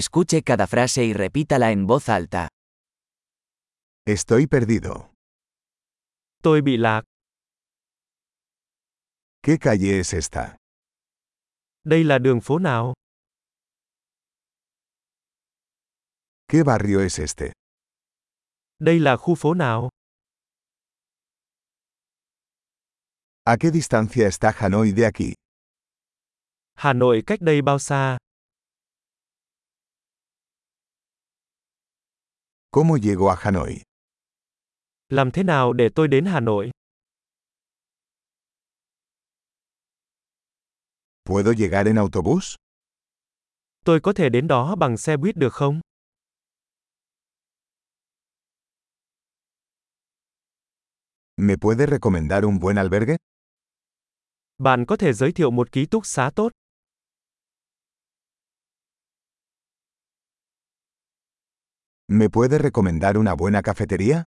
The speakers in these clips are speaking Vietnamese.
Escuche cada frase y repítala en voz alta. Estoy perdido. Tôi bị lạc. ¿Qué calle es esta? Đây là đường phố nào? ¿Qué barrio es este? Đây là khu phố nào? ¿A qué distancia está Hanoi de aquí? Hà Nội cách đây bao xa? ¿Cómo llego a Hanoi? Làm thế nào để tôi đến Hà Nội? ¿Puedo llegar en autobús? Tôi có thể đến đó bằng xe buýt được không? ¿Me puede recomendar un buen albergue? Bạn có thể giới thiệu một ký túc xá tốt. ¿Me puede recomendar una buena cafetería?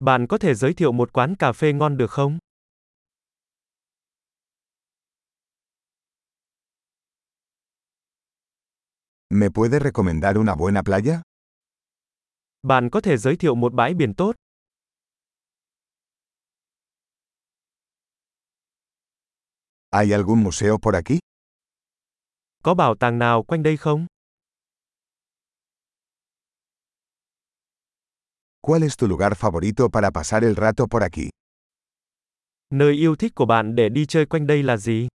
Bạn có thể giới thiệu một quán cà phê ngon được không? ¿Me puede recomendar una buena playa? Bạn có thể giới thiệu một bãi biển tốt. ¿Hay algún museo por aquí? Có bảo tàng nào quanh đây không? ¿Cuál es tu lugar favorito para pasar el rato por aquí? Nơi yêu thích của bạn để đi chơi quanh đây là gì?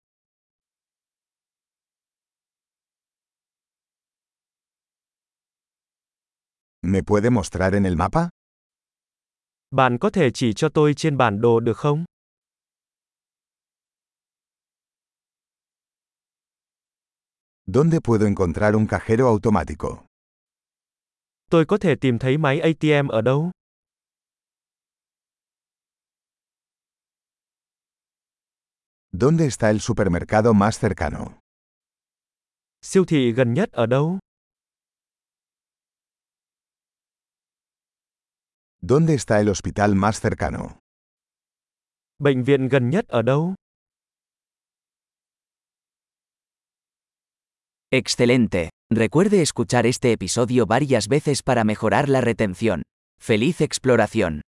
¿Me puede mostrar en el mapa? Bạn có thể chỉ cho tôi trên bản đồ được không? ¿Dónde puedo encontrar un cajero automático? Tôi có thể tìm thấy máy ATM ở đâu? ¿Dónde está el supermercado más cercano? Siêu thị gần nhất ở đâu? ¿Dónde está el hospital más cercano? Bệnh viện gần nhất ở đâu? Excelente. Recuerde escuchar este episodio varias veces para mejorar la retención. ¡Feliz exploración!